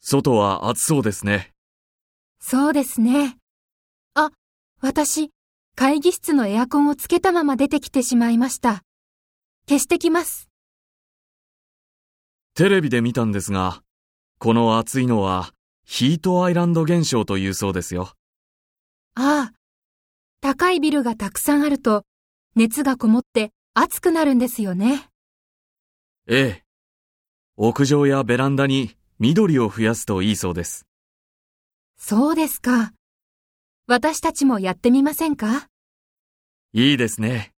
外は暑そうですね。そうですね。あ、私、会議室のエアコンをつけたまま出てきてしまいました。消してきます。テレビで見たんですが、この暑いのはヒートアイランド現象というそうですよ。ああ。高いビルがたくさんあると、熱がこもって暑くなるんですよね。ええ。屋上やベランダに緑を増やすといいそうです。そうですか。私たちもやってみませんかいいですね。